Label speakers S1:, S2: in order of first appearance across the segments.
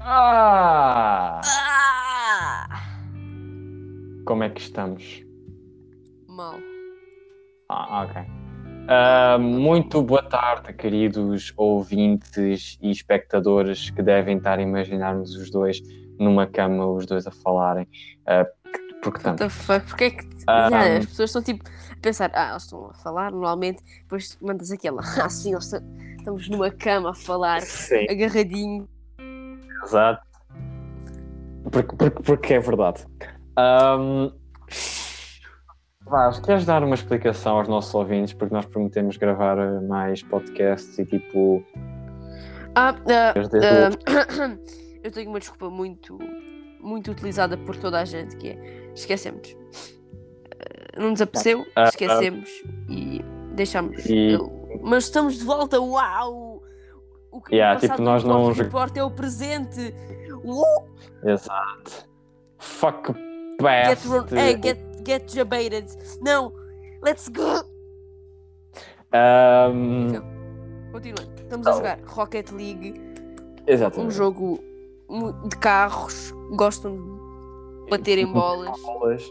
S1: Ah! é que estamos?
S2: Mal.
S1: Ah, ok. Ah, muito boa tarde, queridos ouvintes e espectadores que devem estar a imaginar-nos os dois numa cama, os dois a falarem. ah, que- porque
S2: What
S1: estamos.
S2: the fuck? Porque é que
S1: Ah,
S2: Já, as pessoas estão tipo a pensar, ah, eles estão a falar normalmente, depois mandas aquela, ah, sim, eles estão- estamos numa cama a falar,
S1: Sim,
S2: agarradinho.
S1: exato. Porque, porque, porque é verdade. Um, Vasco, queres dar uma explicação aos nossos ouvintes? Porque nós prometemos gravar ah, mais podcasts e tipo.
S2: Ah, ah,
S1: desde- desde o
S2: ah, eu tenho uma desculpa muito, muito utilizada por toda a gente, que é esquecemos. Ah, Não nos apeteceu,
S1: Ah, ah.
S2: esquecemos e deixámos.
S1: E-
S2: Mas estamos de volta, uau! O que o
S1: Yeah,
S2: passado
S1: tipo, nós não-
S2: importa é o presente. Uou!
S1: Exato. Fuck
S2: Get,
S1: past.
S2: run, eh, get, get jabated. Não, let's go!
S1: Ahm,
S2: Continuando, estamos a
S1: Não.
S2: jogar Rocket League, um
S1: exatamente.
S2: jogo mu- de carros, gostam de bater em bolas
S1: Bolas.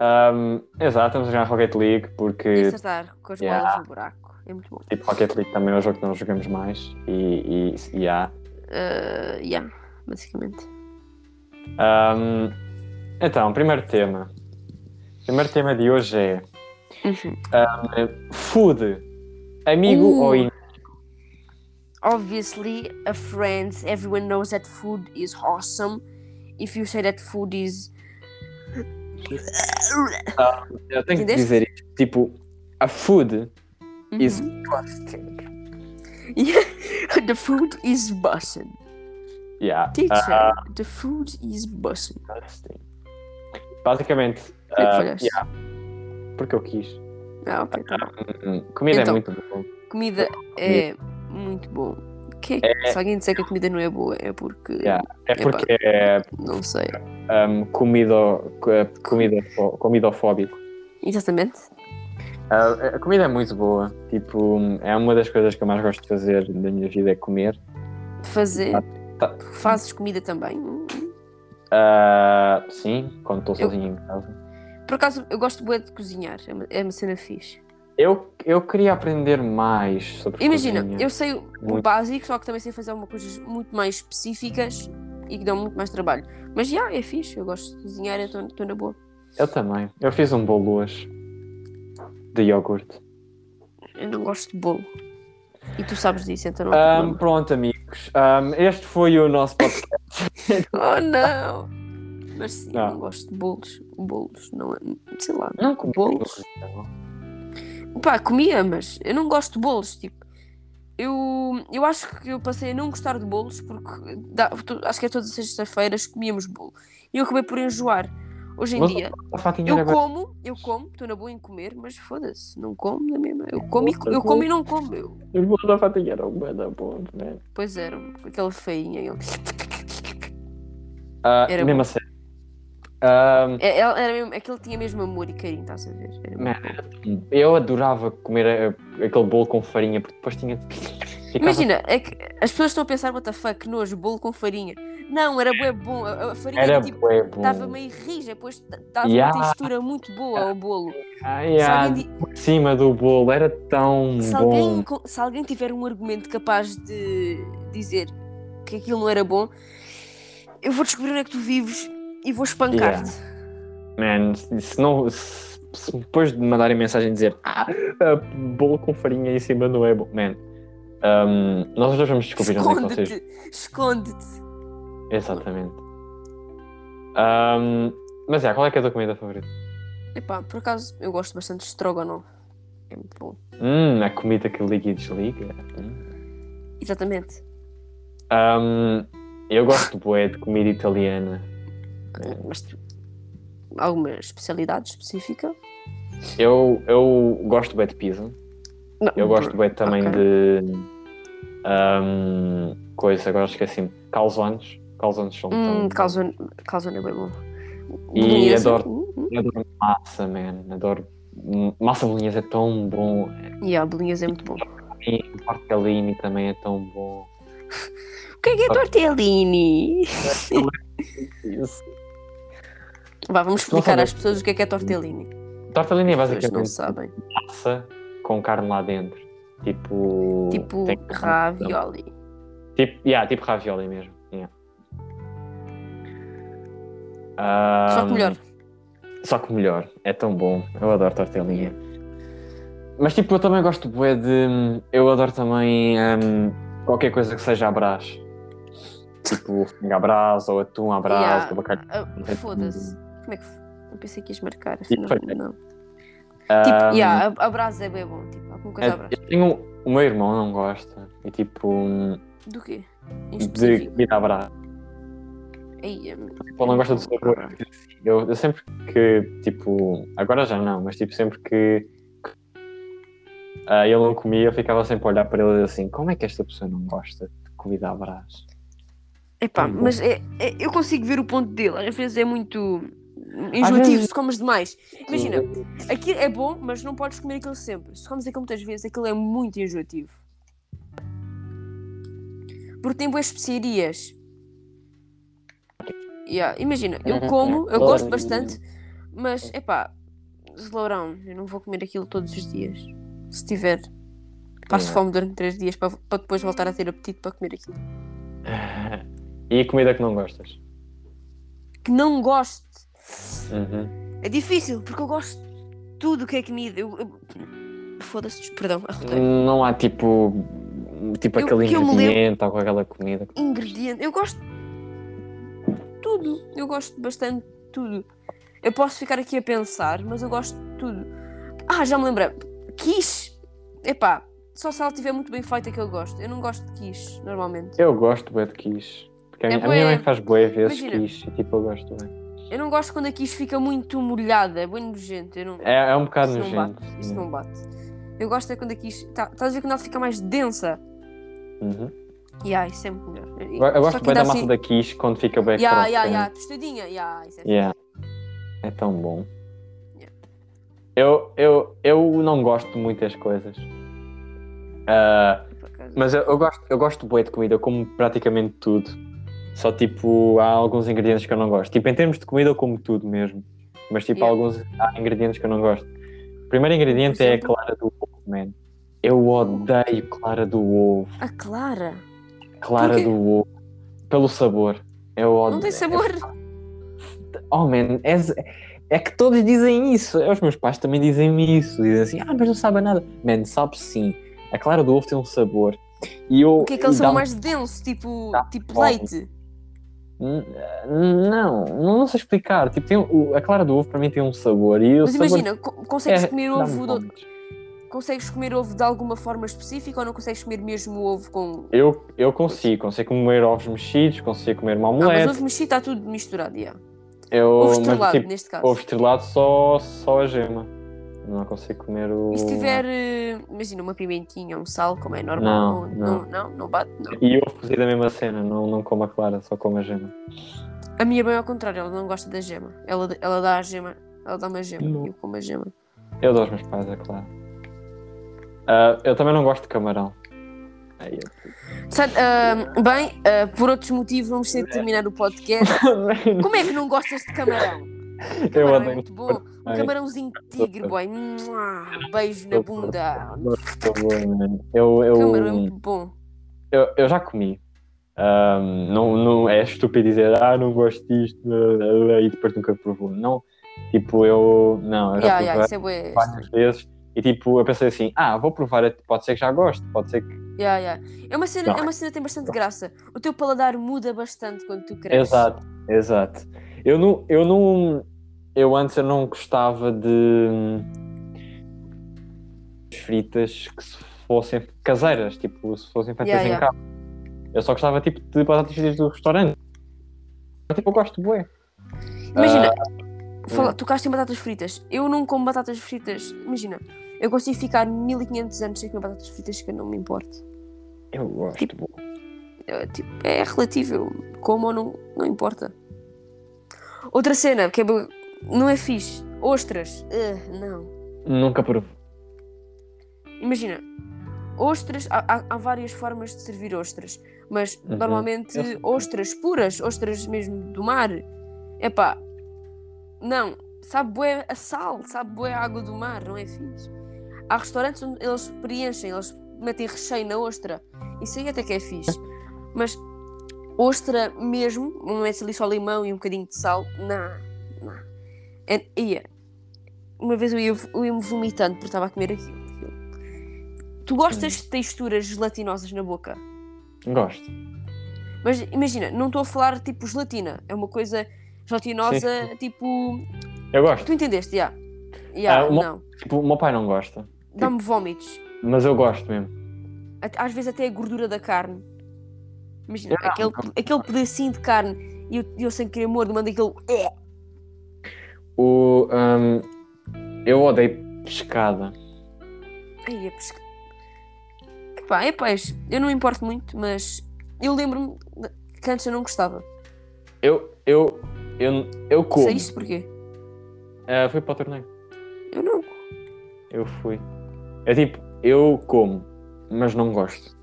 S1: Ahm, exato, estamos a jogar Rocket League
S2: e
S1: porque
S2: acertar com as
S1: Yeah.
S2: bolas no buraco. É muito bom.
S1: tipo, Rocket League também é um jogo que não jogamos mais e, e, e há.
S2: Uh, yeah, basicamente.
S1: Ahm, Um, então, primeiro tema. O primeiro tema de hoje é um,
S2: Uhum.
S1: Food. Amigo
S2: Uh.
S1: ou inimigo?
S2: Obviously, a friend, everyone knows that food is awesome. If you say that food is.
S1: Eu tenho que
S2: Entendeste?
S1: dizer isto. Tipo, a food is
S2: Uhum.
S1: busting.
S2: mm-hmm. the food is bussin'.
S1: Yeah.
S2: Teacher,
S1: Ah.
S2: the food is bussin'.
S1: Sim. Basicamente,
S2: Porquê que
S1: ah,
S2: falhaste?
S1: yeah, porque eu quis.
S2: Ah, ok. tá bom.
S1: Hum, comida
S2: Então.
S1: é muito boa.
S2: Comida é muito bom. Que é que-
S1: É-
S2: Se alguém disser que a comida não é boa, é porque.
S1: Yeah. É
S2: Epá.
S1: porque é
S2: Não sei.
S1: hum, comido, co- comidofo- comidofóbico.
S2: Exatamente.
S1: A, a comida é muito boa. Tipo, é uma das coisas que eu mais gosto de fazer na minha vida é comer.
S2: Fazer.
S1: Tá.
S2: Fazes comida também. Hum.
S1: Ah, sim, quando estou
S2: Eu-
S1: sozinho em casa.
S2: Por acaso, eu gosto bué de cozinhar. É uma, é uma cena fixe.
S1: Eu, eu queria aprender mais sobre
S2: Imagina,
S1: cozinha.
S2: eu sei o o
S1: Muito.
S2: básico, só que também sei fazer algumas coisas muito mais específicas e que dão muito mais trabalho. Mas já, é fixe. Eu gosto de cozinhar, eu estou na boa.
S1: Eu também. Eu fiz um bolo hoje de iogurte.
S2: Eu não gosto de bolo. E tu sabes disso, então não há
S1: Ahm,
S2: problema.
S1: Ah, pronto, amigos. Ahm, este foi o nosso podcast.
S2: Oh, não! Mas sim,
S1: Não.
S2: eu não gosto de bolos. Bolos, não é. Sei lá.
S1: Não com
S2: Bolos. Pá, comia, mas eu não gosto de bolos. Tipo, eu, eu acho que eu passei a não gostar de bolos porque dá- to- acho que é todas as sextas-feiras comíamos bolo. E eu acabei por enjoar. Hoje em
S1: Mas-
S2: dia,
S1: A fatinha
S2: eu
S1: era
S2: como, eu como, estou na boa em comer, mas foda-se, não como na mesma. Eu como e, co- eu como e não como. Eu,
S1: Os bolos da fatinha eram um bué da bons, né?
S2: pois era, com aquela feinha. eu-
S1: Ah,
S2: Era
S1: mesmo a sério. Ah,
S2: É- ela era mesmo, aquele tinha mesmo amor e carinho, estás a ver? Era
S1: Man, eu adorava comer eh, aquele bolo com farinha, porque depois tinha. Ficava...
S2: Imagina, é que as pessoas estão a pensar, what the fuck, que nojo, bolo com farinha. Não, era bué bom, a, a farinha era,
S1: era
S2: tipo,
S1: bué bom.
S2: estava meio rija, depois estava
S1: Yeah.
S2: uma textura muito boa ao bolo.
S1: Ai,
S2: Se,
S1: ai,
S2: alguém, di-
S1: por cima do bolo, era tão
S2: se
S1: bom.
S2: alguém co- se alguém tiver um argumento capaz de dizer que aquilo não era bom, eu vou descobrir onde é que tu vives e vou espancar-te.
S1: Man, se não. Se, se depois de mandarem mensagem dizer ah, ah, bolo com farinha em cima não é bom. Man, ahm, nós dois vamos descobrir onde é que vocês.
S2: Esconde-te, esconde-te.
S1: Exatamente. Ahm, mas é, qual é que é a tua comida favorita?
S2: Epá, por acaso eu gosto bastante de estrogonofe. É muito bom.
S1: Hum, a comida que liga e desliga. Hum.
S2: Exatamente.
S1: Ahm, eu gosto de boé de comida italiana. É.
S2: Mas tu- alguma especialidade específica?
S1: Eu, eu gosto bué de pizza.
S2: Não,
S1: Eu gosto bué também
S2: Hum, Ok.
S1: de ahm, coisa, agora esqueci-me. Calzones. Calzones são
S2: Hum,
S1: tão...
S2: calzone, calzone é bem bom.
S1: E
S2: Bolonhesa.
S1: adoro-
S2: Hum, hum.
S1: Eu adoro massa, man. Adoro massa bolonhesa é tão bom.
S2: E a bolinhas é muito bom.
S1: E tortellini também é tão bom.
S2: O que é que é tortellini?
S1: Isso.
S2: Vá, vamos
S1: Não
S2: explicar
S1: sabe.
S2: às pessoas o que é que é tortellini.
S1: Tortellini é
S2: As pessoas não
S1: basicamente tipo,
S2: sabem.
S1: massa com carne lá dentro. Tipo.
S2: Tipo
S1: tem carne.
S2: ravioli.
S1: Tipo, yeah, tipo ravioli mesmo. yeah. Ah,
S2: Só que melhor.
S1: Só que melhor. É tão bom. Eu adoro tortelinha. Mas tipo, eu também gosto bué de... Eu adoro também hum, qualquer coisa que seja à brás. Tipo, frango à brás, ou atum à brás,
S2: Yeah.
S1: abacate...
S2: Ah, Foda-se. Como é que. f- Eu pensei que ias marcar.
S1: Isso
S2: Afinal,
S1: foi
S2: não. Tipo,
S1: Ah,
S2: yeah, a, a brasa é bem bom. Tipo, alguma coisa à
S1: eu,
S2: brasa.
S1: eu tenho... O meu irmão não gosta. E tipo... hum,
S2: Do quê? Em
S1: De
S2: específico.
S1: comida à brás.
S2: Aí, hum,
S1: Ele não gosta de sabor. Eu, eu sempre que, tipo... Agora já não, mas tipo, sempre que... ah, ele não comia, eu ficava sempre a olhar para ele assim, como é que esta pessoa não gosta de comida à brás?
S2: Epá,
S1: Tão Tá bom.
S2: mas é, é- eu consigo ver o ponto dele. Às vezes é muito
S1: Às
S2: enjoativo
S1: vezes-
S2: se comes demais. Imagina, aquilo é bom, mas não podes comer aquilo sempre. Se comes aquilo muitas vezes, aquilo é muito enjoativo. Porque tem boas especiarias. Yeah, imagina, eu
S1: Uhum.
S2: como, eu gosto bastante, mas epá, Lourão, eu não vou comer aquilo todos os dias. Se tiver, passo
S1: Yeah.
S2: fome durante três dias para para depois voltar a ter apetite para comer aquilo.
S1: E a comida que não gostas?
S2: Que não gosto.
S1: Uhum.
S2: É difícil, porque eu gosto de tudo o que é comida. Eu, eu- Foda-se, perdão, arrotei.
S1: Não há tipo. Tipo
S2: Eu-
S1: aquele
S2: que eu me
S1: ingrediente ou com aquela comida. que-
S2: Ingrediente. Eu gosto de tudo. Eu gosto bastante de tudo. Eu posso ficar aqui a pensar, mas eu gosto de tudo. Ah, já me lembrei. Quiche. Epá, só se ela estiver muito bem feita que eu gosto. Eu não gosto de quiche, normalmente.
S1: Eu gosto bué de quiche. Porque a,
S2: É
S1: minha- a minha
S2: bué.
S1: mãe faz bué vezes
S2: Imagina.
S1: quiche e tipo eu gosto bem.
S2: Eu não gosto quando a quiche fica muito molhada. É bem nojento. Eu não...
S1: É, é um bocado
S2: Isso não
S1: nojento.
S2: bate. Isso não bate. Eu gosto é quando a quiche... Tá, estás a ver quando ela fica mais densa?
S1: Uhum.
S2: E yeah, isso é muito melhor.
S1: Eu- Eu gosto bem da
S2: assim-
S1: massa da quiche quando fica bem
S2: Ya,
S1: crocante.
S2: ya, ya, tostadinha, ya, isso é
S1: Yeah. É tão bom.
S2: Yeah.
S1: Eu, eu, eu não gosto de muitas coisas. Ah,
S2: fixe, por acaso.
S1: Mas eu, eu gosto, eu gosto bué de comida, eu como praticamente tudo. Só tipo, há alguns ingredientes que eu não gosto. Tipo, em termos de comida eu como tudo mesmo. Mas tipo, há
S2: Yeah.
S1: alguns há ingredientes que eu não gosto. O primeiro ingrediente
S2: Por
S1: é a
S2: exemplo?
S1: clara do ovo, man. Eu odeio clara do ovo.
S2: A Clara
S1: Clara
S2: Porquê?
S1: do ovo. Pelo sabor. Eu odeio.
S2: não tem sabor.
S1: Oh, man, é, é que todos dizem isso. é, Os meus pais também dizem-me isso. Dizem assim, ah, mas não sabe a nada. Man, sabe sim. A clara do ovo tem um sabor. E eu,
S2: O que é que eles são
S1: dá-me
S2: mais denso, tipo,
S1: Dá-me
S2: tipo
S1: fome.
S2: leite?
S1: N- Não, não sei explicar. Tipo, tem o- a clara do ovo para mim tem um sabor. E o
S2: Mas
S1: sabor
S2: imagina, co- consegues
S1: é-
S2: comer
S1: dá-me
S2: ovo do-
S1: vómitos.
S2: consegues comer ovo de alguma forma específica ou não consegues comer mesmo ovo com
S1: Eu, eu consigo, consigo comer ovos mexidos, consigo comer uma
S2: Ah, mas
S1: omelete.
S2: ovo mexido está tudo misturado, ya.
S1: eu,
S2: Ovo
S1: é mas,
S2: estrelado, né?
S1: tipo,
S2: neste caso.
S1: ovo estrelado só, só a gema. Não consigo comer o.
S2: E se tiver, eh, imagina, uma pimentinha, um sal, como é
S1: Não,
S2: normal, não,
S1: não.
S2: não, não bate, não.
S1: E ovo cozido é a mesma cena, não, não como a clara, só como a gema.
S2: A minha mãe ao contrário, ela não gosta da gema. Ela, ela dá a gema, ela dá uma gema,
S1: Não.
S2: eu como a gema.
S1: Eu dou aos meus pais, é claro. Ah, eu também não gosto de camarão. Ai,
S2: Sabe, ah, bem, ah, por outros motivos vamos ter de terminar o podcast.
S1: eu-
S2: Como é que não gostas de camarão?
S1: eu
S2: Camarão é
S1: odeio.
S2: muito bom. Um camarãozinho tigre, boy. Mua, Beijo na bunda.
S1: Por favor, mano. Eu, eu,
S2: Camarão é muito bom.
S1: eu, eu já comi. Ahm, não, não é estúpido dizer, ah, não gosto disto, ah, ah", e depois nunca provou. Não, tipo, eu. Não, eu já
S2: Ya,
S1: provei
S2: ya, isso é bué.
S1: várias vezes e tipo, eu pensei assim, ah, vou provar, pode ser que já goste, pode ser que.
S2: Ya, ya. É uma cena,
S1: Não.
S2: é uma cena que tem bastante graça. O teu paladar muda bastante quando tu cresces.
S1: Exato, exato. Eu não. Eu, não, eu antes eu não gostava de. fritas que se fossem caseiras, tipo, se fossem feitas
S2: Yeah,
S1: em
S2: yeah.
S1: casa. Eu só gostava tipo de batatas fritas do restaurante. Mas, Tipo, eu gosto de bué. Ah,
S2: Imagina, fala, tocaste em batatas fritas. Eu não como batatas fritas. Imagina, eu consigo ficar 1500 anos sem comer batatas fritas que eu não me importo.
S1: hum, Eu gosto.
S2: Tipo, é, tipo, é relativo, eu como ou não, não importa. Outra cena que é, bu- não é fixe, ostras, Ugh, não.
S1: Nunca provei.
S2: Imagina, ostras, há, há- há várias formas de servir ostras, mas
S1: Uhum.
S2: normalmente
S1: Eu sei.
S2: ostras puras, ostras mesmo do mar, é pá, Não, sabe bué a sal, sabe bué a água do mar, não é fixe? Há restaurantes onde eles preenchem, eles metem recheio na ostra. Isso aí até que é fixe. Mas ostra mesmo, não é ali só limão e um bocadinho de sal, não, não. É- ia. Uma vez eu ia- eu ia-me vomitando porque estava a comer aquilo. aquilo. Tu gostas de texturas gelatinosas na boca?
S1: Gosto.
S2: Mas imagina, não estou a falar tipo gelatina, é uma coisa gelatinosa, tipo.
S1: Eu gosto.
S2: Tu entendeste? Já. Já,
S1: Ah, uma-
S2: não.
S1: Tipo, o meu pai não gosta.
S2: Dá-me vómitos.
S1: Mas eu gosto mesmo.
S2: At- Às vezes até a gordura da carne. Imagina,
S1: Ah,
S2: aquele,
S1: ok.
S2: aquele pedacinho de carne e eu, eu sem querer mordo, mando aquele.
S1: O, hum, eu odeio pescada.
S2: Ai, é pesca. Epá, é peixe. Eu não me importo muito, mas eu lembro-me de- que antes eu não gostava.
S1: Eu, eu, eu, eu como.
S2: Saíste porquê?
S1: Ah, fui para o torneio.
S2: Eu não.
S1: Eu fui. É tipo, eu como, mas não gosto.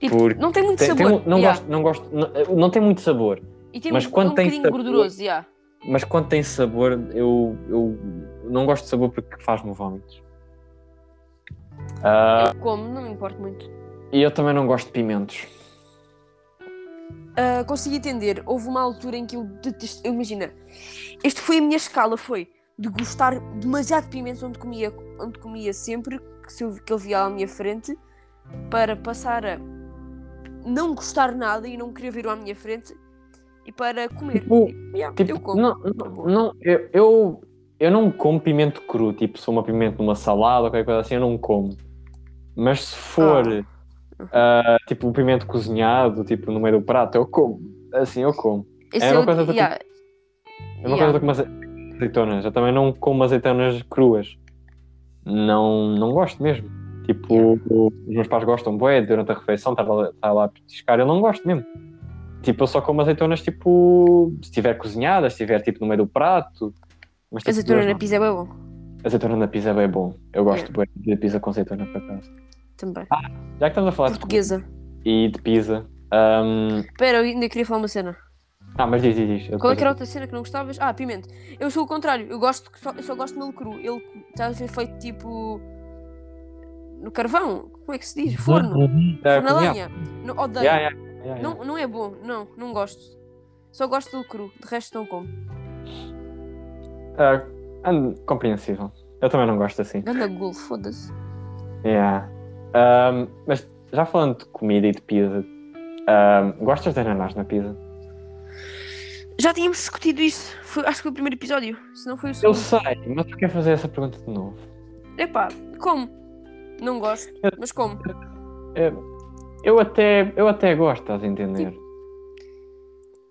S2: Tipo,
S1: Porque
S2: não tem muito
S1: Tem- tem
S2: sabor.
S1: mu- não
S2: já.
S1: gosto, não gosto, não, não tem muito sabor.
S2: E tem
S1: mas
S2: um,
S1: quando
S2: é um
S1: tem
S2: bocadinho
S1: sabor-
S2: gorduroso, já.
S1: Mas quando tem sabor, eu, eu não gosto de sabor porque faz-me vómitos. Ah,
S2: Eu como, não me importo muito.
S1: e eu também não gosto de pimentos.
S2: Ah, consegui entender. Houve uma altura em que eu detestei. Imagina, este foi a minha escala: foi de gostar demasiado de pimentos onde comia, onde comia sempre, que, se eu, que eu via à minha frente, para passar a não gostar nada e não querer vir à minha frente e para comer.
S1: Tipo-
S2: Tipo, yeah,
S1: Tipo,
S2: eu como.
S1: Não, não, não, eu, eu, eu não como pimento cru, tipo, se for uma pimenta numa salada ou qualquer coisa assim, eu não como. Mas se for ah, tipo um pimento cozinhado, tipo no meio do prato, eu como. Assim, eu como.
S2: Esse
S1: é uma
S2: eu-
S1: coisa do
S2: yeah,
S1: É uma
S2: yeah.
S1: coisa como aze- azeitonas. Eu também não como azeitonas cruas. Não, não gosto mesmo. Tipo, os meus pais gostam bué durante a refeição, está lá, tá lá a petiscar, eu não gosto mesmo. Tipo, eu só como azeitonas, tipo, se estiver cozinhada, se estiver, tipo, no meio do prato. Mas, tipo,
S2: Azeitona
S1: eu
S2: na
S1: não.
S2: pizza é bem bom.
S1: azeitona na pizza é bem bom. Eu gosto bué de pizza com azeitona, por acaso.
S2: Também.
S1: Já Ah, que estamos a falar de
S2: Portuguesa.
S1: comida e de pizza... hum,
S2: Espera, eu ainda queria falar uma cena.
S1: Ah, mas diz, diz, diz. Eu
S2: Qual
S1: depois-
S2: é que era a outra cena que não gostavas? Ah, pimento. Eu sou o contrário. Eu, gosto, que só, eu só gosto dele cru. Ele está a ser feito tipo. no carvão. Como é que se diz?
S1: Ah,
S2: Forno. Forno na
S1: cozinhado.
S2: lenha. Não, é? odeio.
S1: Yeah, yeah, yeah, yeah.
S2: Não, não é bom. Não, não gosto. Só gosto dele cru. De resto, não como.
S1: Ah, and- compreensível. Eu também não gosto assim.
S2: Ganda golo, foda-se.
S1: Yeah. Ahm, mas já falando de comida e de pizza, ahm, gostas de ananás na pizza?
S2: Já tínhamos discutido isso. Foi- acho que foi o primeiro episódio. Se não foi o
S1: Eu
S2: segundo.
S1: sei, mas eu quero fazer essa pergunta de novo.
S2: Epá, como? Não gosto.
S1: Eu-
S2: Mas como?
S1: Eu até, eu até gosto, estás a entender?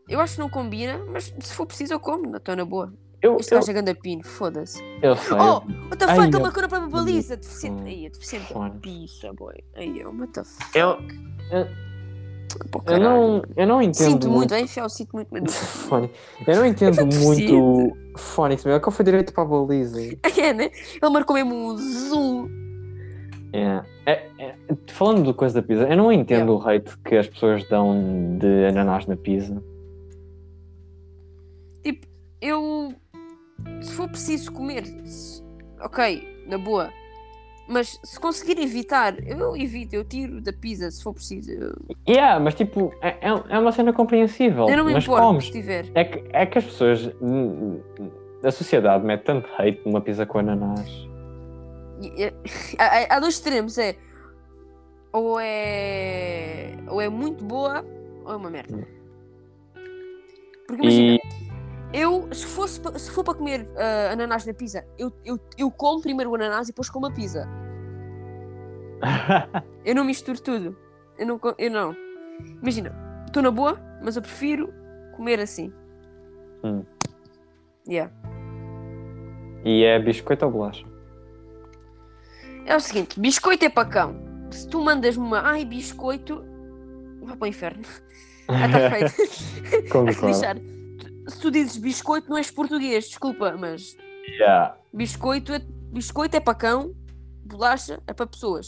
S2: Eu acho que não combina, mas se for preciso, eu como. Estou na boa.
S1: Eu,
S2: Este
S1: eu,
S2: gajo é ganda pino. Foda-se.
S1: eu sei.
S2: Oh, what the
S1: Ai,
S2: fuck, ele
S1: eu-
S2: marcou na própria baliza. Deficiente.
S1: Hum,
S2: Aí, é deficiente.
S1: fone.
S2: Pizza, boy. Aí, oh, what the fuck.
S1: Eu,
S2: Pô,
S1: eu,
S2: caralho.
S1: não, eu não entendo
S2: Sinto muito,
S1: muito.
S2: vai enfiar o cinto muito. Mas...
S1: Fone. Eu não entendo muito fónix, meu. É que eu fui direito para a baliza.
S2: é, né? Ele marcou mesmo um zoom.
S1: É. É, é, falando de coisa da pizza, eu não entendo o hate que as pessoas dão de ananás na pizza.
S2: Eu. Se for preciso comer, se- ok, na boa. Mas se conseguir evitar, eu evito, eu tiro da pizza se for preciso. Eu,
S1: Yeah, mas tipo, é, é- é uma cena compreensível.
S2: eu não me
S1: mas
S2: importo se
S1: comes.
S2: tiver.
S1: É que, é que as pessoas. hum, hum, A sociedade mete tanto hate numa pizza com ananás.
S2: E- e- Há, há- há dois extremos, é. Ou é. Ou é muito boa, ou é uma merda. Porque imagina.
S1: E
S2: Eu, se, fosse, pa- se for para comer ah, ananás na pizza, eu, eu, eu como primeiro o ananás e depois como a pizza. Eu não misturo tudo. Eu não. co- Eu não. Imagina, estou na boa, mas eu prefiro comer assim.
S1: Hum.
S2: Yeah.
S1: e é biscoito ou bolacha?
S2: É o seguinte: biscoito é para cão. Se tu mandas-me uma. Ai, biscoito. Vai para o inferno. Ah, está feito. Vai
S1: Concordo.
S2: lixar. Tu- Se tu dizes biscoito, não és português, desculpa, mas.
S1: Yeah,
S2: Biscoito é, biscoito é para cão, bolacha é para pessoas.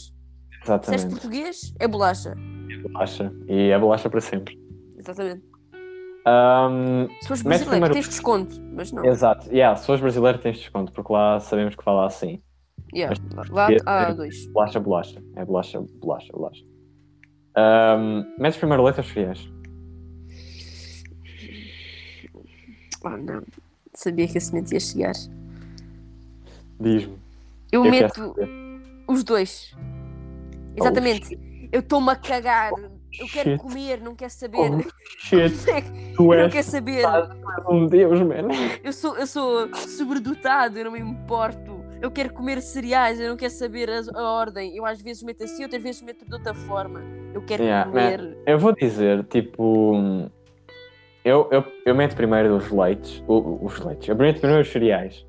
S2: Se és
S1: exatamente.
S2: português, é bolacha.
S1: Bolacha. E é bolacha para sempre.
S2: Exatamente.
S1: Ahm,
S2: Se fores
S1: Mete
S2: brasileiro,
S1: primeiro-
S2: tens desconto, mas não.
S1: exato, yeah, se fores brasileiro tens desconto, porque lá sabemos que fala assim.
S2: Yeah.
S1: Mas-
S2: Lá
S1: português,
S2: há
S1: é
S2: dois.
S1: Bolacha, bolacha. É bolacha, bolacha, bolacha. Ahm, metes primeiro letras frias.
S2: Ah, não. Sabia que esse momento ia chegar.
S1: Diz-me.
S2: Eu,
S1: eu quero
S2: meto
S1: saber.
S2: os dois. Exatamente. eu estou-me a cagar. Eu
S1: Oh,
S2: quero
S1: Shit.
S2: comer, não quero saber.
S1: Oh, shit, tu
S2: Eu não
S1: és
S2: quero saber.
S1: um deus, mano.
S2: Eu sou, eu sou sobredotado, eu não me importo. Eu quero comer cereais, eu não quero saber a, a ordem. Eu às vezes meto assim, outras vezes meto de outra forma. Eu quero
S1: Yeah,
S2: comer.
S1: Eu vou dizer, tipo... Eu, eu, eu meto primeiro os leites. o- Os leites. Eu meto primeiro os cereais.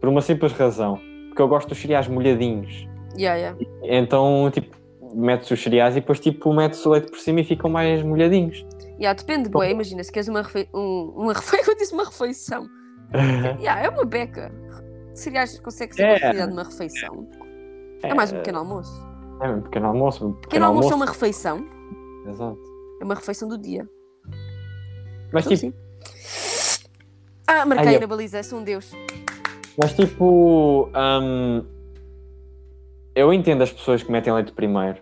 S1: Por uma simples razão. Porque eu gosto dos cereais molhadinhos.
S2: Yeah, yeah.
S1: Então, tipo, metes os cereais e depois, tipo, metes o leite por cima e ficam mais molhadinhos.
S2: Yeah, depende, boa. Imagina, se queres uma, refe... um, uma refe... eu disse uma refeição. Yeah, é uma beca. Cereais consegue ser
S1: É.
S2: considerado uma refeição. É mais um pequeno almoço. Pequeno,
S1: É, um pequeno almoço. Um pequeno,
S2: almoço, é uma refeição.
S1: Exato.
S2: É uma refeição do dia.
S1: Mas,
S2: Então,
S1: tipo,
S2: sim. Ah, marquei
S1: Ai, eu-
S2: na baliza, sou um deus.
S1: Mas tipo. hum, eu entendo as pessoas que metem leite primeiro.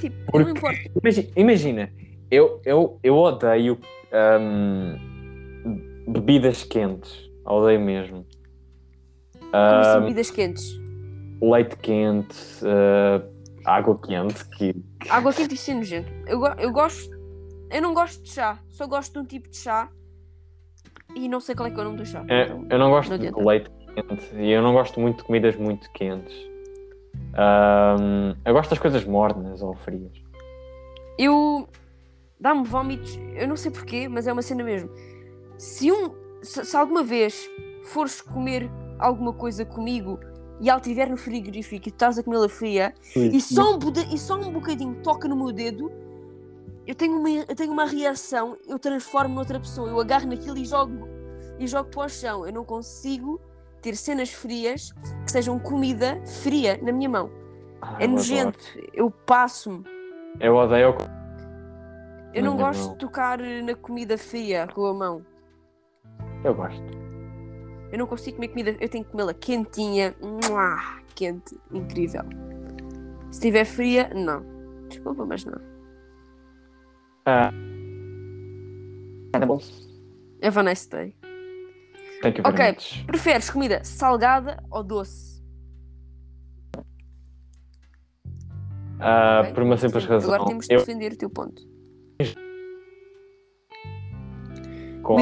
S2: Tipo, eu
S1: Porque-
S2: não me importo.
S1: Imagi- Imagina, eu, eu, eu odeio hum, bebidas quentes. Odeio mesmo.
S2: Como
S1: Ah,
S2: assim, bebidas quentes.
S1: Hum, leite quente, ah, água quente, que
S2: Água quente e sem nojento. Eu, go- eu gosto. Eu não gosto de chá. Só gosto de um tipo de chá. E não sei qual é que é o nome do chá.
S1: É,
S2: Então,
S1: eu não gosto
S2: não
S1: de
S2: adianta.
S1: leite quente e eu não gosto muito de comidas muito quentes. Hum, eu gosto das coisas mornas ou frias.
S2: Eu. Dá-me vómitos. Eu não sei porquê, mas é uma cena mesmo. Se um. Se, se alguma vez fores comer alguma coisa comigo e ela estiver no frigorífico e tu estás a comê-la fria e só, um boda- e só um bocadinho toca no meu dedo, eu tenho uma, eu tenho uma reação, eu transformo noutra pessoa, eu agarro naquilo e jogo e jogo para o chão. Eu não consigo ter cenas frias que sejam comida fria na minha mão.
S1: Ah,
S2: é
S1: eu
S2: nojento, eu passo-me.
S1: adoro. Eu odeio
S2: Eu
S1: Na
S2: não
S1: minha
S2: gosto
S1: mão.
S2: de tocar na comida fria com a mão.
S1: Eu gosto.
S2: Eu não consigo comer comida, eu tenho que comê-la quentinha. Mua, quente, incrível. Se estiver fria, não. Desculpa, mas não. Have a nice day.
S1: Thank you very
S2: Ok.
S1: much.
S2: Preferes comida salgada ou doce?
S1: Ah,
S2: Ok?
S1: Por uma simples
S2: Sim,
S1: razão.
S2: Agora temos de
S1: eu
S2: defender o teu ponto.
S1: com...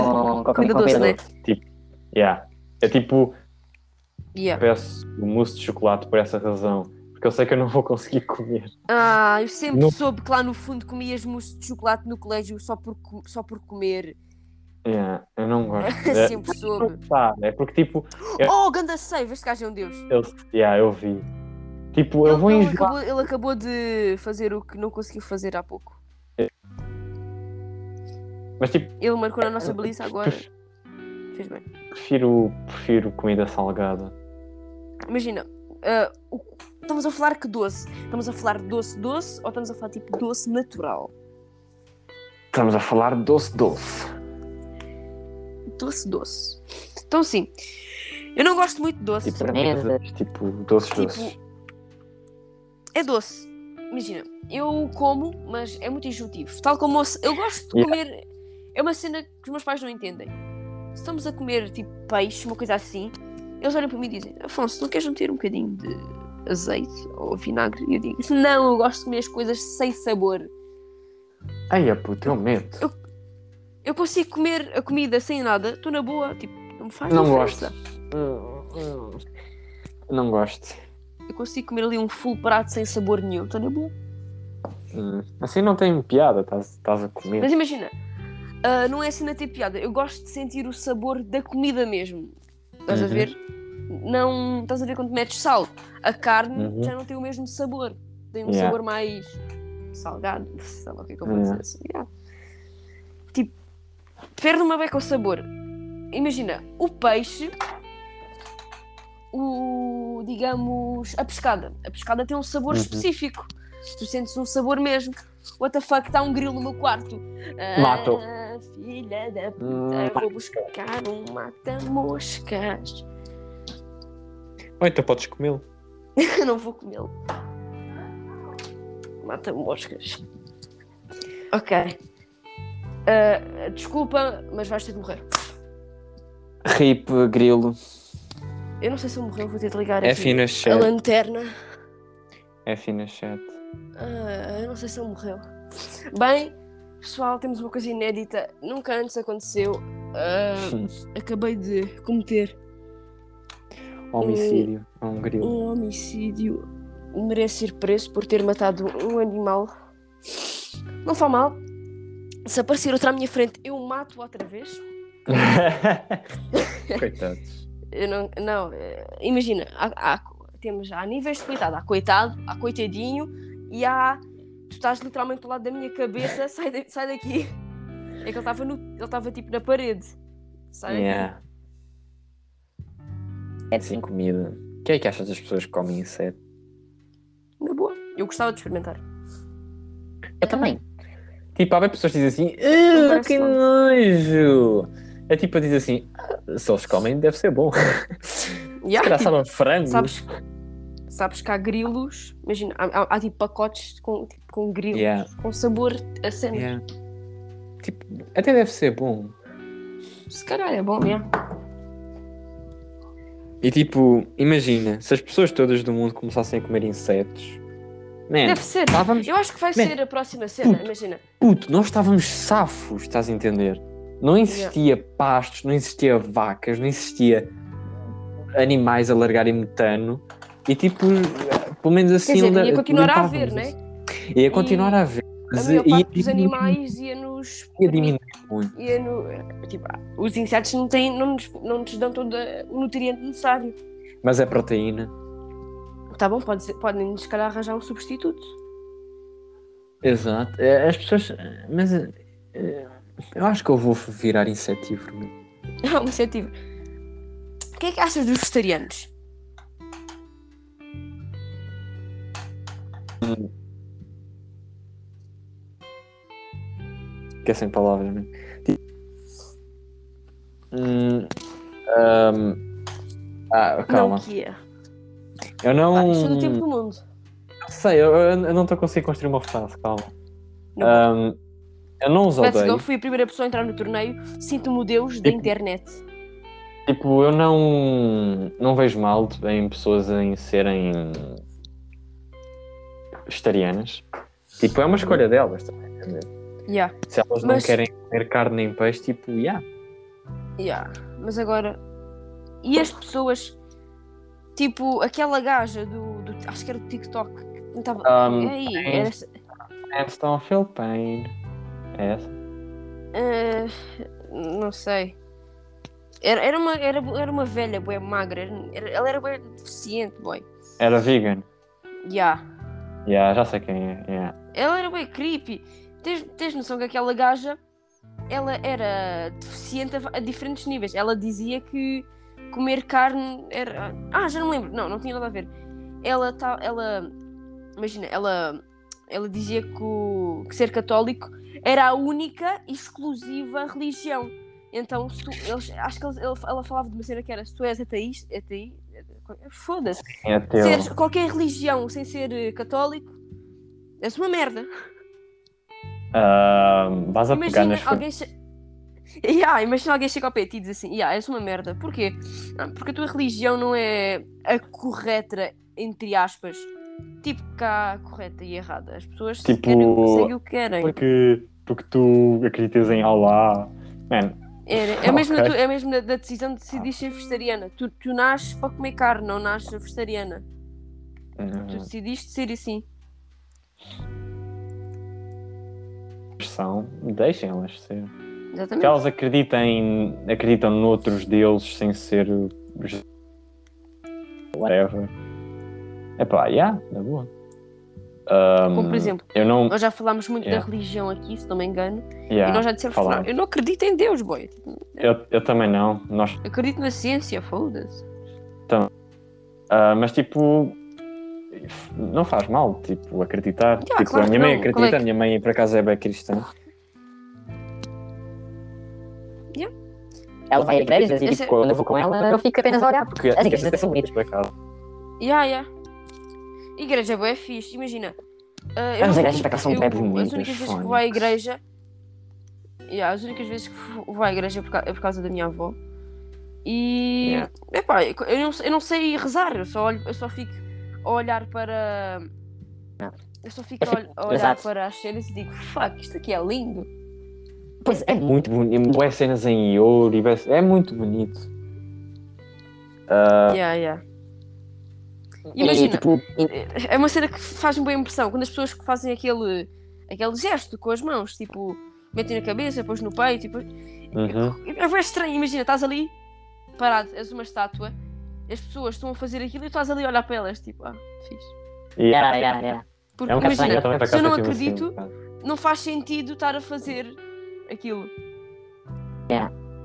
S2: comida- comida doce, né?
S1: Yeah. É tipo,
S2: Yeah.
S1: peço o mousse de chocolate por essa razão. Porque eu sei que eu não vou conseguir comer.
S2: Ah, eu sempre
S1: No-
S2: soube que lá no fundo comias mousse de chocolate no colégio só por, co- só por comer.
S1: Yeah, eu não gosto. É,
S2: sempre soube.
S1: tá, é porque tipo, É.
S2: Oh, ganda save, este gajo é um deus.
S1: eu, yeah, eu vi. Tipo, eu
S2: Ele-
S1: vou
S2: ele
S1: enjoar.
S2: acabou, ele acabou de fazer o que não conseguiu fazer há pouco.
S1: Mas tipo,
S2: Ele marcou na nossa baliza agora.
S1: pref-
S2: Fez bem.
S1: Prefiro, prefiro comida salgada.
S2: Imagina, ah, o- estamos a falar que doce? Estamos a falar doce doce ou estamos a falar tipo doce natural?
S1: Estamos a falar doce doce.
S2: Doce doce. Então sim, eu não gosto muito de doce.
S1: Tipo, coisas, tipo doces
S2: Tipo,
S1: doces.
S2: é doce. Imagina, eu como, mas é muito injuntivo. Tal como o- eu gosto de comer. É uma cena que os meus pais não entendem. Se estamos a comer tipo peixe, uma coisa assim, eles olham para mim e dizem: Afonso, não queres meter um bocadinho de azeite ou vinagre? E eu digo: Não, eu gosto de comer as coisas sem sabor.
S1: Ai, é puto, eu meto.
S2: eu- Eu consigo comer a comida sem nada, estou na boa, tipo, não me faz
S1: não gosto.
S2: diferença.
S1: Hum, hum. Não gosto.
S2: Eu consigo comer ali um full prato sem sabor nenhum, estou na boa.
S1: Hum, Assim não tem piada, estás estás a comer.
S2: Mas imagina, ah, não é assim na ter piada. Eu gosto de sentir o sabor da comida mesmo. Estás a
S1: Uhum.
S2: ver? Não. Estás a ver quando metes sal? A carne
S1: Uhum.
S2: já não tem o mesmo sabor. Tem um
S1: Yeah.
S2: sabor mais salgado. Sei lá o que é que eu vou
S1: Yeah.
S2: dizer assim. Yeah. Tipo, perde uma beca o sabor. Imagina, o peixe. O. Digamos. A pescada. A pescada tem um sabor
S1: Uhum.
S2: específico. tá Tu sentes um sabor mesmo. What the fuck, está um grilo no meu quarto. Ah,
S1: Mato.
S2: filha da puta,
S1: Hum.
S2: vou buscar um mata-moscas.
S1: Ou então podes comê-lo.
S2: Eu não vou comê-lo. Mata-moscas. Ok. Ah, desculpa, mas vais ter de morrer.
S1: Rip, grilo.
S2: Eu não sei se eu morrer, vou ter de ligar
S1: É
S2: aqui
S1: fina
S2: a
S1: chat.
S2: lanterna.
S1: É fina chat.
S2: Ah, eu não sei se ele morreu. Bem, pessoal, temos uma coisa inédita. Nunca antes aconteceu. Ah, acabei de cometer
S1: Homicídio. É um grilo.
S2: um homicídio. Mereço ser preso por ter matado um animal. Não faz mal. Se aparecer outro à minha frente, eu mato outra vez.
S1: Coitados.
S2: Eu não, não, eh, imagina, há- há- temos há níveis de coitado, há coitado, há coitadinho e há. Tu estás literalmente do lado da minha cabeça, sai, da- sai daqui. É que ele estava no- ele estava tipo na parede. Sai daqui.
S1: Yeah. É sem comida. O que é que achas das pessoas que comem inseto?
S2: Na boa. Eu gostava de experimentar.
S1: Eu também. Tipo, há bem pessoas que dizem assim, "Ah,
S2: parece
S1: que
S2: bom."
S1: nojo. É tipo, dizer assim, "Ah, se eles comem, deve ser bom.
S2: Yeah,
S1: Será
S2: tipo,
S1: sabem frango?
S2: sabes, sabes que há grilos, imagina, há, há- há, tipo pacotes com, tipo, com grilos,
S1: Yeah.
S2: com sabor a cena.
S1: Yeah. Tipo, até deve ser bom.
S2: Se calhar é bom, yeah.
S1: E tipo, imagina, se as pessoas todas do mundo começassem a comer insetos, man,
S2: deve ser.
S1: estávamos,
S2: Eu acho que vai
S1: Man.
S2: ser a próxima cena, imagina.
S1: puto, nós estávamos safos, estás a entender? Não existia pastos, não existia vacas, não existia animais a largarem metano. E tipo, pelo menos assim...
S2: Quer dizer, ia
S1: la-
S2: continuar a haver,
S1: limpávamos
S2: né?
S1: isso. Ia continuar
S2: E
S1: a haver.
S2: a
S1: mas eh,
S2: maior
S1: ia
S2: parte dos
S1: diminuir,
S2: animais ia nos.
S1: Ia diminuir muito.
S2: ia no- tipo, os insetos não, têm, não, nos, não nos dão todo o nutriente necessário.
S1: Mas é proteína.
S2: Tá bom, pode ser- podem se calhar arranjar um substituto.
S1: Exato. É, As pessoas... Mas... é, Eu acho que eu vou virar insetívoro, meu.
S2: É um incentivo. O que é que achas dos vegetarianos?
S1: Fiquei sem palavras, né? Tipo- Hum, ahm, ah, calma.
S2: Não que é.
S1: eu não.
S2: Ah, isto é do tempo do mundo.
S1: sei, eu, eu- eu não estou conseguindo construir uma frase, calma.
S2: Não.
S1: Ahm, eu não os
S2: Let's go,
S1: odeio.
S2: fui a primeira pessoa a entrar no torneio. Sinto-me o deus da
S1: Tipo-
S2: internet.
S1: Tipo, eu não. Não vejo mal em pessoas em serem. vegetarianas. Tipo, é uma escolha delas também, entender?
S2: Yeah,
S1: Se elas
S2: Mas-
S1: não querem comer carne nem peixe, tipo, yeah.
S2: yeah. Mas agora. E as pessoas. Tipo, aquela gaja do. do- acho que era do TikTok. que Tava,
S1: Um,
S2: Ei,
S1: sim.
S2: era-
S1: Hands don't feel pain. É essa?
S2: Ah, não sei. Era, era, uma, era, bu- era uma velha, boé, magra. Era- ela era bué deficiente, boy.
S1: Era vegan.
S2: Yeah.
S1: Yeah, já sei quem é. yeah.
S2: Ela era bué creepy. Tens, tens noção que aquela gaja, ela era deficiente a, va- a diferentes níveis. Ela dizia que comer carne era... Ah, já não me lembro. Não, não tinha nada a ver. Ela tá, ela... Imagina, ela... Ela dizia que, o- que ser católico era a única e exclusiva religião. Então, se tu, eles, acho que eles- ele- ela falava de uma cena que era se tu és ateísta, atei, foda-se,
S1: É teu.
S2: Seres qualquer religião sem ser eh, católico, és uma merda.
S1: Ahm, Ah, vais a pegar
S2: Imagina
S1: nas
S2: alguém, che... yeah, imagina alguém chega ao pé de ti e diz assim: yeah, és uma merda. Porquê? Ah, Porque a tua religião não é a correta, entre aspas. Tipo, cá correta e errada. As pessoas
S1: Tipo-
S2: querem o que seguem o que querem.
S1: Porque, porque tu acreditas em Allah. Man,
S2: É, é mesmo, da
S1: Ok.
S2: tu- é mesmo da, da decisão de decidir ser vegetariana. Tu, tu nasces para comer carne, não nasces vegetariana. Tu
S1: hum,
S2: decidiste ser assim.
S1: são, deixem-las ser.
S2: Uhum.
S1: Se
S2: Exatamente.
S1: elas acreditam, em- acreditam noutros deuses sem ser. o Je- Whatever. Epá, yeah, na boa. Ahm,
S2: Como por exemplo,
S1: eu não.
S2: nós já falámos muito
S1: Yeah.
S2: da religião aqui, se não me engano.
S1: yeah,
S2: e nós já dissemos:
S1: falar.
S2: não, eu não acredito em Deus, boy.
S1: eu, eu também não. Nós
S2: Acredito na ciência, foda-se.
S1: Ah, mas tipo, não faz mal, tipo,
S3: Ah,
S1: acreditar.
S2: Ya,
S1: tipo,
S2: claro
S3: é
S1: a minha
S2: que
S1: mãe
S2: não. Qual
S1: acredita,
S2: é
S1: a
S2: que-
S1: minha mãe por acaso é bem cristã.
S2: Yeah.
S3: Ela vai a igrejas e
S2: Essa-
S3: tipo, quando eu vou com
S2: é
S3: ela, eu fico apenas a olhar, porque as igrejas até são bonitas por acaso.
S2: Yeah, yeah. Igreja é bué fixe, imagina. ah,
S3: As
S2: não-
S3: igrejas para cá são
S2: eu-
S3: bué
S1: bonitas,
S2: As únicas vezes que vou à
S1: fónix.
S2: igreja. Yeah, as únicas vezes que vou à igreja é por ca- é por causa da minha avó. E.
S1: Yeah.
S2: Epá, eu não, eu não sei rezar, eu só, olho, eu só fico a olhar para.
S3: Não.
S2: Eu só fico
S3: Eu
S2: a,
S3: fico-
S2: ol- a olhar
S3: exato.
S2: para as cenas e digo, fuck, isto aqui é lindo.
S3: Pois é,
S1: Muito bonito. Boas cenas em ouro. e bué- É muito bonito. Ah,
S2: Yeah, yeah.
S3: e
S2: Imagina,
S3: tipo, e-
S2: é uma cena que faz-me boa impressão quando as pessoas que fazem aquele, aquele gesto com as mãos, tipo, metem na cabeça, depois no peito, e depois.
S1: Uhum.
S2: É bem estranho, imagina, estás ali parado, és uma estátua, as pessoas estão a fazer aquilo e tu estás ali a olhar para elas, tipo, ah, fiz.
S3: yeah, yeah, yeah.
S2: Porque
S1: É um bocado estranho,
S2: imagina,
S1: eu também por
S2: se eu
S1: acaso
S2: não
S1: tive assim,
S2: acredito,
S1: um bocado.
S2: não faz sentido estar a fazer aquilo.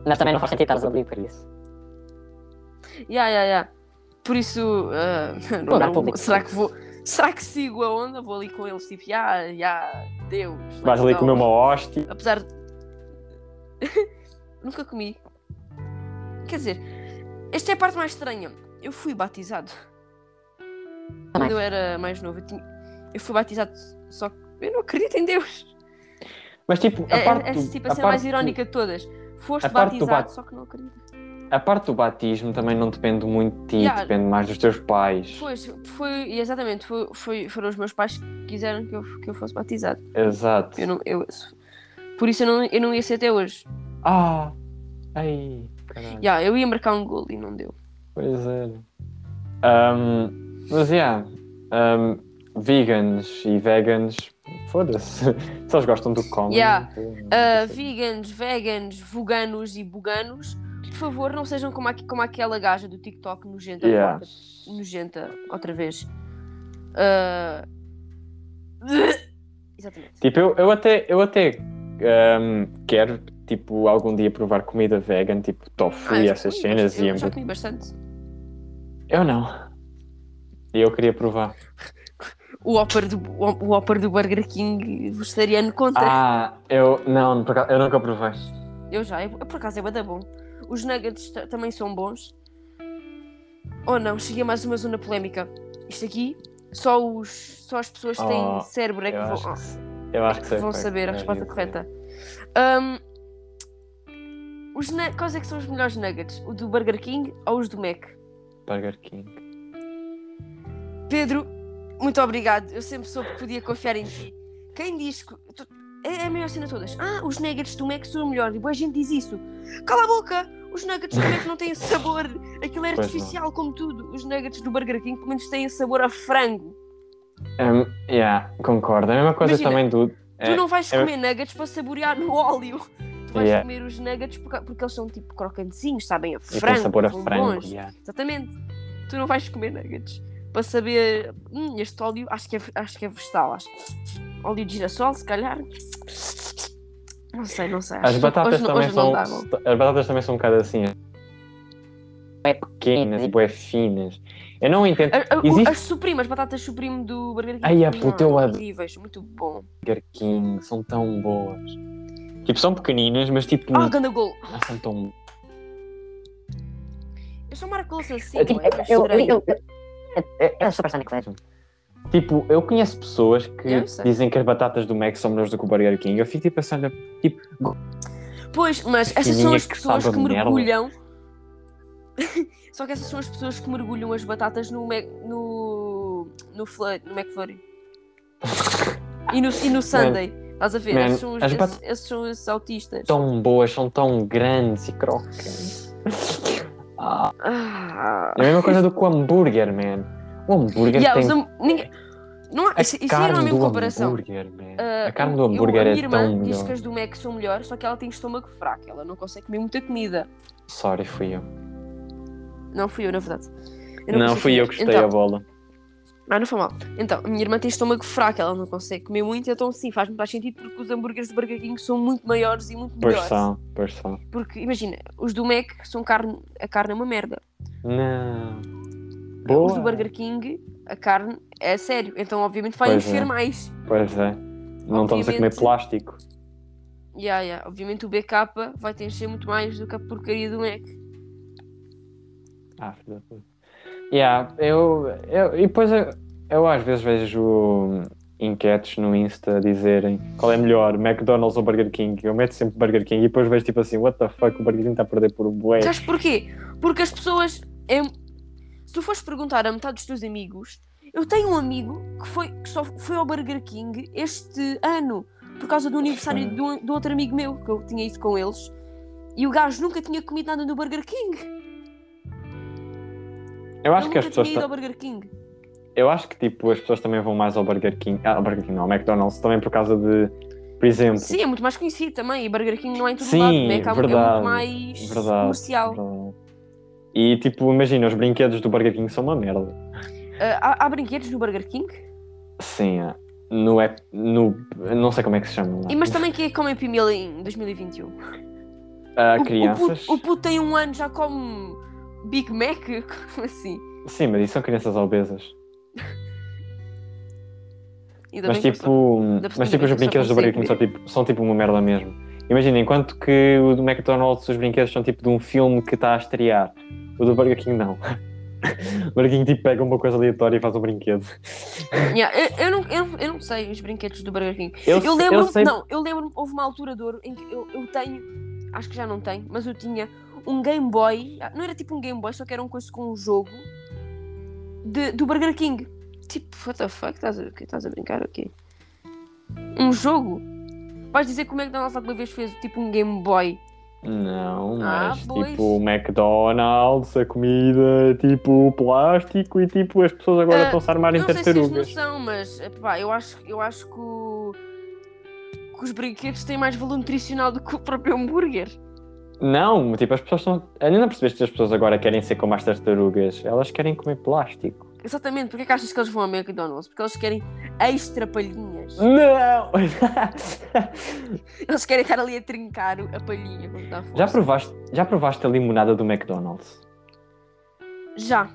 S3: Mas também não faz sentido estar ali por isso.
S2: Ya, ya, ya. Por isso, ah,
S3: Não dá
S2: não-
S3: público.
S2: será que vou. Será que sigo a onda? Vou ali com eles, tipo, ya, ya, Deus.
S1: Vais ali
S2: let's
S1: comer
S2: go.
S1: uma hóstia.
S2: Apesar de. Nunca comi. Quer dizer, esta é a parte mais estranha. Eu fui batizado.
S1: Tá
S2: Quando eu era mais novo, eu, tinha- eu fui batizado, só que eu não acredito em Deus.
S1: Mas tipo, a
S2: É,
S1: parte
S2: é,
S1: do-
S2: tipo
S1: a
S2: a cena
S1: parte
S2: mais
S1: do-
S2: irónica de todas. Foste
S1: a parte do
S2: batizado,
S1: bat-
S2: só que não acredito.
S1: A parte do batismo também não depende muito de ti,
S2: Yeah.
S1: depende mais dos teus pais.
S2: Pois, foi, exatamente, foi, foi- foram os meus pais que quiseram que eu, que eu fosse batizado.
S1: Exato.
S2: Eu não, eu, por isso eu não, eu não ia ser até hoje.
S1: Ah! Ai! Caralho.
S2: Já, eu ia marcar um gol e não deu.
S1: Pois é. Ahm, mas yeah. ahm, vegans e vegans, foda-se. Se eles gostam do que comem.
S2: Yeah.
S1: então,
S2: Ah,
S1: não sei.
S2: vegans, vegans, veganos e buganos, por favor, não sejam como, aqui, como aquela gaja do TikTok nojenta,
S1: Yeah.
S2: nojenta outra vez. Ah, Exatamente.
S1: Tipo, eu, eu até, eu até ahm, quero, tipo, algum dia provar comida vegan, tipo tofu
S2: Ah, eu
S1: e
S2: já
S1: essas
S2: comi
S1: cenas.
S2: bastante-
S1: E
S2: eu já
S1: hambú-
S2: comi bastante.
S1: eu não. E eu queria provar.
S2: O Whopper do, o Whopper do Burger King vegetariano conta.
S1: Ah, eu não, por acaso- eu nunca provei.
S2: Eu já, eu, por acaso é bada bom. Os nuggets ta- também são bons. Oh não, cheguei a mais uma zona polémica. Isto aqui, só, os, só as pessoas que têm
S1: Oh,
S2: cérebro é que
S1: eu,
S2: vão,
S1: acho que,
S2: ah,
S1: se- eu acho
S2: é
S1: que
S2: que
S1: sei
S2: vão
S1: qual é
S2: saber a
S1: que é,
S2: resposta
S1: eu
S2: correta. Ahm, os nu- quais é que são os melhores nuggets? O do Burger King ou os do Mac?
S1: sei. Burger King.
S2: Pedro, muito obrigado. Eu sempre soube que podia confiar em ti. Quem diz que. tu- É a melhor cena de todas. Ah, os nuggets do Mac são o melhor. E boa gente diz isso. Cala a boca! Os nuggets do Mac não têm sabor. Aquilo é
S1: Pois não.
S2: artificial, como tudo. Os nuggets do Burger King, pelo menos, têm sabor a frango.
S1: Um, yeah, concordo. É a mesma coisa
S2: Imagina,
S1: também do.
S2: tu
S1: É,
S2: não vais
S1: é-
S2: comer nuggets para saborear no óleo. Tu vais
S1: Yeah.
S2: comer os nuggets porque, porque eles são tipo crocantezinhos, sabem? A
S1: tem
S2: frango.
S1: sabor a
S2: são
S1: frango.
S2: bons.
S1: yeah.
S2: Exatamente. Tu não vais comer nuggets para saber. Hum, este óleo acho que é, acho que é vegetal. Acho. é Óleo de girassol, se calhar. Não sei, não sei. acho
S1: As
S2: que
S1: batatas
S2: hoje não-
S1: também
S2: hoje não
S1: são.
S2: dá, não.
S1: As batatas também são um bocado assim.
S3: É
S1: Pequenas e bué finas. Eu não entendo.
S2: A- a- o-
S1: Existe-
S2: As suprimas, as batatas suprimo do Burger King.
S1: Ai, a
S2: não,
S1: puta, eu adoro.
S2: incríveis, muito bom.
S1: Burger King são tão boas. Tipo, são pequeninas, mas tipo.
S2: Ah, ganda gol.
S1: não são tão.
S2: Eu só marco gols assim.
S3: Eu, tipo,
S2: é
S3: eu, eu,
S2: estranho.
S3: eu, eu, eu, eu sou bastante colégio.
S1: Tipo, eu conheço pessoas que
S2: Eu sei.
S1: dizem que as batatas do Mac são melhores do que o Burger King. Eu fico tipo pensando, tipo,
S2: Pois, mas essas são
S1: Fininhas
S2: as
S1: que
S2: pessoas que
S1: sabem merda.
S2: mergulham. Só que essas são as pessoas que mergulham as batatas no Mac, no, no, Flurry, no McFlurry. e, no, e no Sunday. Estás a ver?
S1: Man,
S2: esses, são os,
S1: as
S2: esses-
S1: bata-
S2: esses são esses autistas.
S1: tão boas, são tão grandes e crocantes.
S2: Ah.
S1: É a mesma coisa do que o hambúrguer, man. O hambúrguer
S2: Yeah,
S1: tem
S2: os ham- ninguém- não há-
S1: a
S2: isso, isso aí não
S1: carne
S2: é mesmo
S1: do
S2: comparação.
S1: hambúrguer, man.
S2: Ah,
S1: a carne
S2: eu-
S1: do hambúrguer
S2: eu, a
S1: é
S2: minha irmã
S1: tão
S2: diz
S1: melhor.
S2: que as do Mac são melhores, só que ela tem estômago fraco, ela não consegue comer muita comida.
S1: Sorry, fui eu.
S2: Não fui eu, na verdade. Eu
S1: Não,
S2: consigo
S1: fui eu
S2: comer.
S1: que chutei
S2: Então,
S1: a bola.
S2: Ah, não foi mal. Então, a minha irmã tem estômago fraco, ela não consegue comer muito, então sim, faz muito mais sentido porque os hambúrgueres do Burger King são muito maiores e muito
S1: Pois
S2: melhores.
S1: são, pois são.
S2: Porque, imagina, os do Mac são carne, a carne é uma merda.
S1: Não.
S2: Os do
S1: Boa.
S2: Burger King, a carne é a sério, então obviamente vai
S1: Pois
S2: encher
S1: é.
S2: mais.
S1: Pois é. Não estamos a comer
S2: Obviamente.
S1: plástico.
S2: Yeah, yeah. Obviamente o BK vai te encher muito mais do que a porcaria do Mac.
S1: Ah, filho da puta. Yeah, eu, eu, e depois eu, eu às vezes vejo hum, enquetes no Insta a dizerem qual é melhor, McDonald's ou Burger King. Eu meto sempre Burger King e depois vejo tipo assim, what the fuck, o Burger King está a perder por um bué.
S2: Sabes porquê? Porque as pessoas. é- Se tu fores perguntar a metade dos teus amigos, eu tenho um amigo que, foi, que só foi ao Burger King este ano por causa do aniversário de um, de outro amigo meu, que eu tinha ido com eles, e o gajo nunca tinha comido nada no Burger King.
S1: Eu acho
S2: Ele
S1: que as
S2: nunca tinha
S1: pessoas
S2: ido
S1: ta-
S2: ao Burger King.
S1: eu acho que tipo as pessoas também vão mais ao Burger King, ah, ao Burger King não, ao McDonald's também por causa de, por exemplo,
S2: Sim, é muito mais conhecido também, e Burger King não é em todo
S1: Sim,
S2: lado, né? Que há- é
S1: verdade,
S2: muito mais
S1: verdade,
S2: comercial.
S1: verdade. E tipo, imagina, os brinquedos do Burger King são uma merda.
S2: Ah, há, há brinquedos no Burger King?
S1: Sim, é. no, ep- no não sei como é que se chama lá.
S2: E, mas também quem é que come pimela em 2021?
S1: Ah,
S2: O- O,
S1: crianças.
S2: puto, o puto tem um ano, já come um Big Mac? Como assim?
S1: Sim, mas isso são crianças obesas.
S2: Ainda
S1: Mas
S2: bem que eu sou-
S1: tipo,
S2: da pessoa-
S1: mas tipo os
S2: da pessoa
S1: brinquedos do Burger King são
S2: consegue
S1: tipo, são tipo uma merda mesmo. Imagina, enquanto que o do McDonald's os brinquedos são tipo de um filme que está a estrear. O do Burger King não. o Burger King tipo pega uma coisa aleatória e faz um brinquedo.
S2: Yeah, eu, eu não, eu, não- eu não sei os brinquedos do Burger King.
S1: Eu,
S2: Eu lembro-me,
S1: sei-
S2: não, eu lembro-me, houve uma altura de ouro em que eu, eu tenho, acho que já não tenho, mas eu tinha um Game Boy, não era tipo um Game Boy, só que era um coisa com um jogo de- do Burger King. Tipo, what the fuck, estás a, que estás a brincar ou quê? Um jogo? Vais dizer como é que o McDonald's alguma vez fez tipo um Game Boy?
S1: Não,
S2: Ah,
S1: mas
S2: pois.
S1: tipo o McDonald's, a comida, tipo o plástico e tipo as pessoas agora
S2: Ah,
S1: estão-se a armar em
S2: não sei se tens
S1: tartarugas.
S2: noção, mas epá, eu acho, eu acho que, o- que os brinquedos têm mais valor nutricional do que o próprio hambúrguer.
S1: Não, tipo, as pessoas estão. Ainda não percebeste que as pessoas agora querem ser como as tartarugas. Elas querem comer plástico.
S2: Exatamente, porque é que achas que eles vão ao McDonald's? Porque eles querem extra palhinhas.
S1: Não!
S2: Eles querem estar ali a trincar o- a palhinha quando dá fome.
S1: já, provaste, já provaste a limonada do McDonald's?
S2: Já.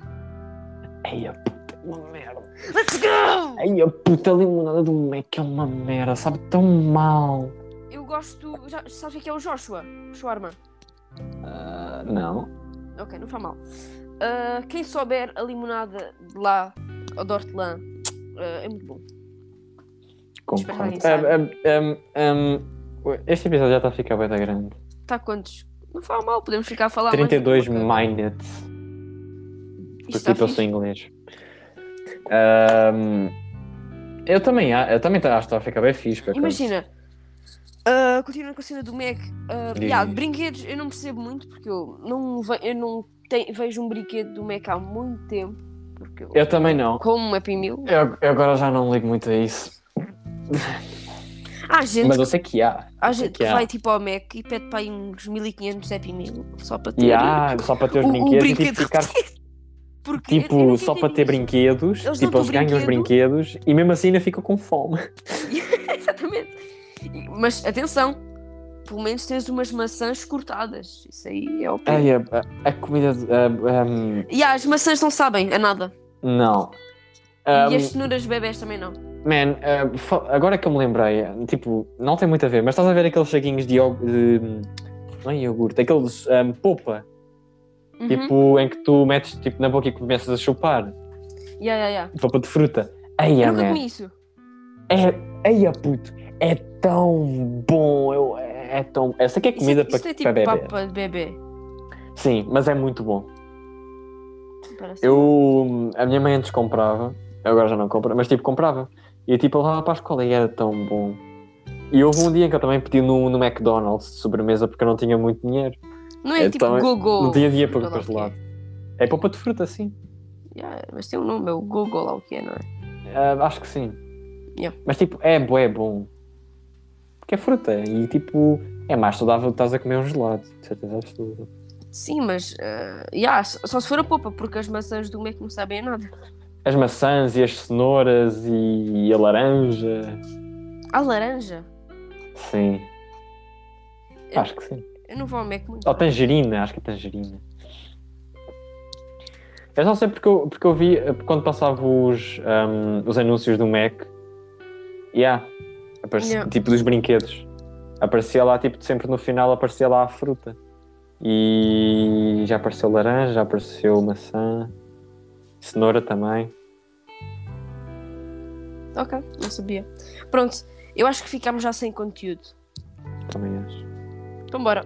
S1: Ai, a puta, uma merda.
S2: Let's go!
S1: Ai, a puta, a limonada do Mac é uma merda, sabe tão mal.
S2: Eu gosto. Já, sabes o que é o Joshua? Shawarma.
S1: Ah, não.
S2: Ok, não faz mal. Ah, quem souber a limonada de lá, ou de hortelã, ah, é muito bom. Espero
S1: Concordo.
S2: que alguém
S1: Ahm, ahm, ahm, é, este episódio já está a ficar bem da grande.
S2: Está Tá quantos? Não faz mal, podemos ficar a falar. mais.
S1: 32
S2: Ok.
S1: minutes.
S2: Isto tá
S1: Porque
S2: está
S1: tipo, eu
S2: fixe.
S1: sou inglês. Ahm, eu também, a- eu também acho que está a ficar bem fixe. por acaso.
S2: Imagina. ah, continuando com a cena do Mac. ah,
S1: Diz,
S2: yeah,
S1: diz.
S2: brinquedos eu não percebo muito porque eu não, ve- eu não te- vejo um brinquedo do Mac há muito tempo. Porque eu,
S1: Eu também não.
S2: como um uma Pimil.
S1: Eu, eu agora já não ligo muito a isso.
S2: Há gente,
S1: Mas eu sei que há.
S2: há gente que
S1: há.
S2: vai tipo ao Mac e pede para aí uns 1500 Happy Meal só para ter
S1: E há, só para ter os
S2: o, o
S1: brinquedos e
S2: brinquedo
S1: tipo, ficar
S2: repetido. Porque eu- eu não
S1: tipo, só
S2: entendo
S1: para ter
S2: isso.
S1: brinquedos,
S2: Eles
S1: tipo,
S2: dão-te
S1: eles
S2: o
S1: ganham os brinquedos e mesmo assim ainda ficam com fome.
S2: Exatamente. E- Mas atenção, pelo menos tens umas maçãs cortadas. Isso aí é o
S1: Ai, a, a- a comida. de- ah, ahm,
S2: E ah, as maçãs não sabem a nada.
S1: não.
S2: E
S1: Ahm,
S2: as cenouras bebés também não.
S1: Man, ah, fa- agora que eu me lembrei, tipo, não tem muito a ver, mas estás a ver aqueles saguinhos de, iog- de- não é iogurte, aqueles ahm, polpa,
S2: Uhum.
S1: tipo, em que tu metes tipo, na boca e começas a chupar,
S2: Ya, ya, ya.
S1: polpa de fruta. Ai,
S2: Eu
S1: ah,
S2: Nunca
S1: man.
S2: comi isso.
S1: É, eia puto, é tão bom, eu, é, é tão... Essa aqui é
S2: Isso, é-
S1: comida para
S2: isso é tipo
S1: para beber.
S2: papa de bebê.
S1: Sim, mas é muito bom.
S2: Parece.
S1: Eu, a minha mãe antes comprava, eu agora já não compra, mas tipo, comprava. E tipo, eu levava para a escola e era tão bom. E houve um dia em que eu também pedi no, no McDonald's de sobremesa porque eu não tinha muito dinheiro.
S2: Não é
S1: eu
S2: tipo
S1: também-
S2: gogô.
S1: não tinha dinheiro para
S2: sei lá
S1: comprar
S2: o quê.
S1: gelado. É polpa de fruta, sim.
S2: Ya, mas tem um nome, é o gogô lá o que é, não é?
S1: Ah, acho que sim.
S2: Yeah.
S1: Mas tipo, é bué bom. Porque é fruta e tipo, é mais saudável do que estás a comer um gelado. De certeza absoluta.
S2: Sim, mas. ah, ya, só só se for a popa, porque as maçãs do Mac não sabem a nada.
S1: As maçãs e as cenouras e a laranja.
S2: A laranja.
S1: Sim.
S2: Eu-
S1: Acho que sim.
S2: Eu não vou ao Mac muito.
S1: Ou tangerina, acho que é tangerina. Eu não sei porque eu, porque eu vi eh, quando passava os, ahm, os anúncios do Mac. Yeah. Aparece,
S2: Yeah.
S1: Tipo dos brinquedos. Aparecia lá, tipo, sempre no final aparecia lá a fruta. E já apareceu laranja, já apareceu maçã, cenoura também.
S2: Ok, não sabia. Pronto, eu acho que ficámos já sem conteúdo.
S1: Também acho.
S2: Então bora.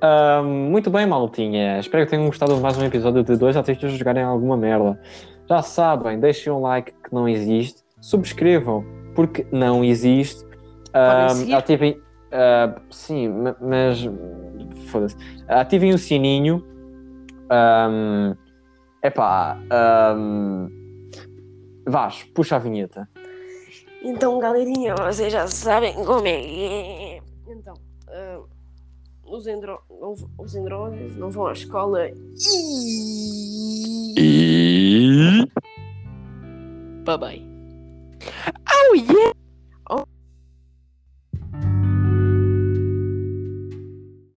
S1: Ah, muito bem, maltinha. Espero que tenham gostado de mais um episódio de dois artistas jogarem alguma merda. Já sabem, deixem um like que não existe, subscrevam porque não existe. Ah,
S2: seguir.
S1: ativem. ah, sim, ma- mas. Foda-se. Ativem o sininho. Ahm, epá. ahm, Vaz, puxa a vinheta.
S2: Então, galerinha, vocês já sabem como é que é. Então, ah, os, andro... não v- os androides não vão à escola e...
S1: E.
S2: Bye-bye.
S1: Oh yeah!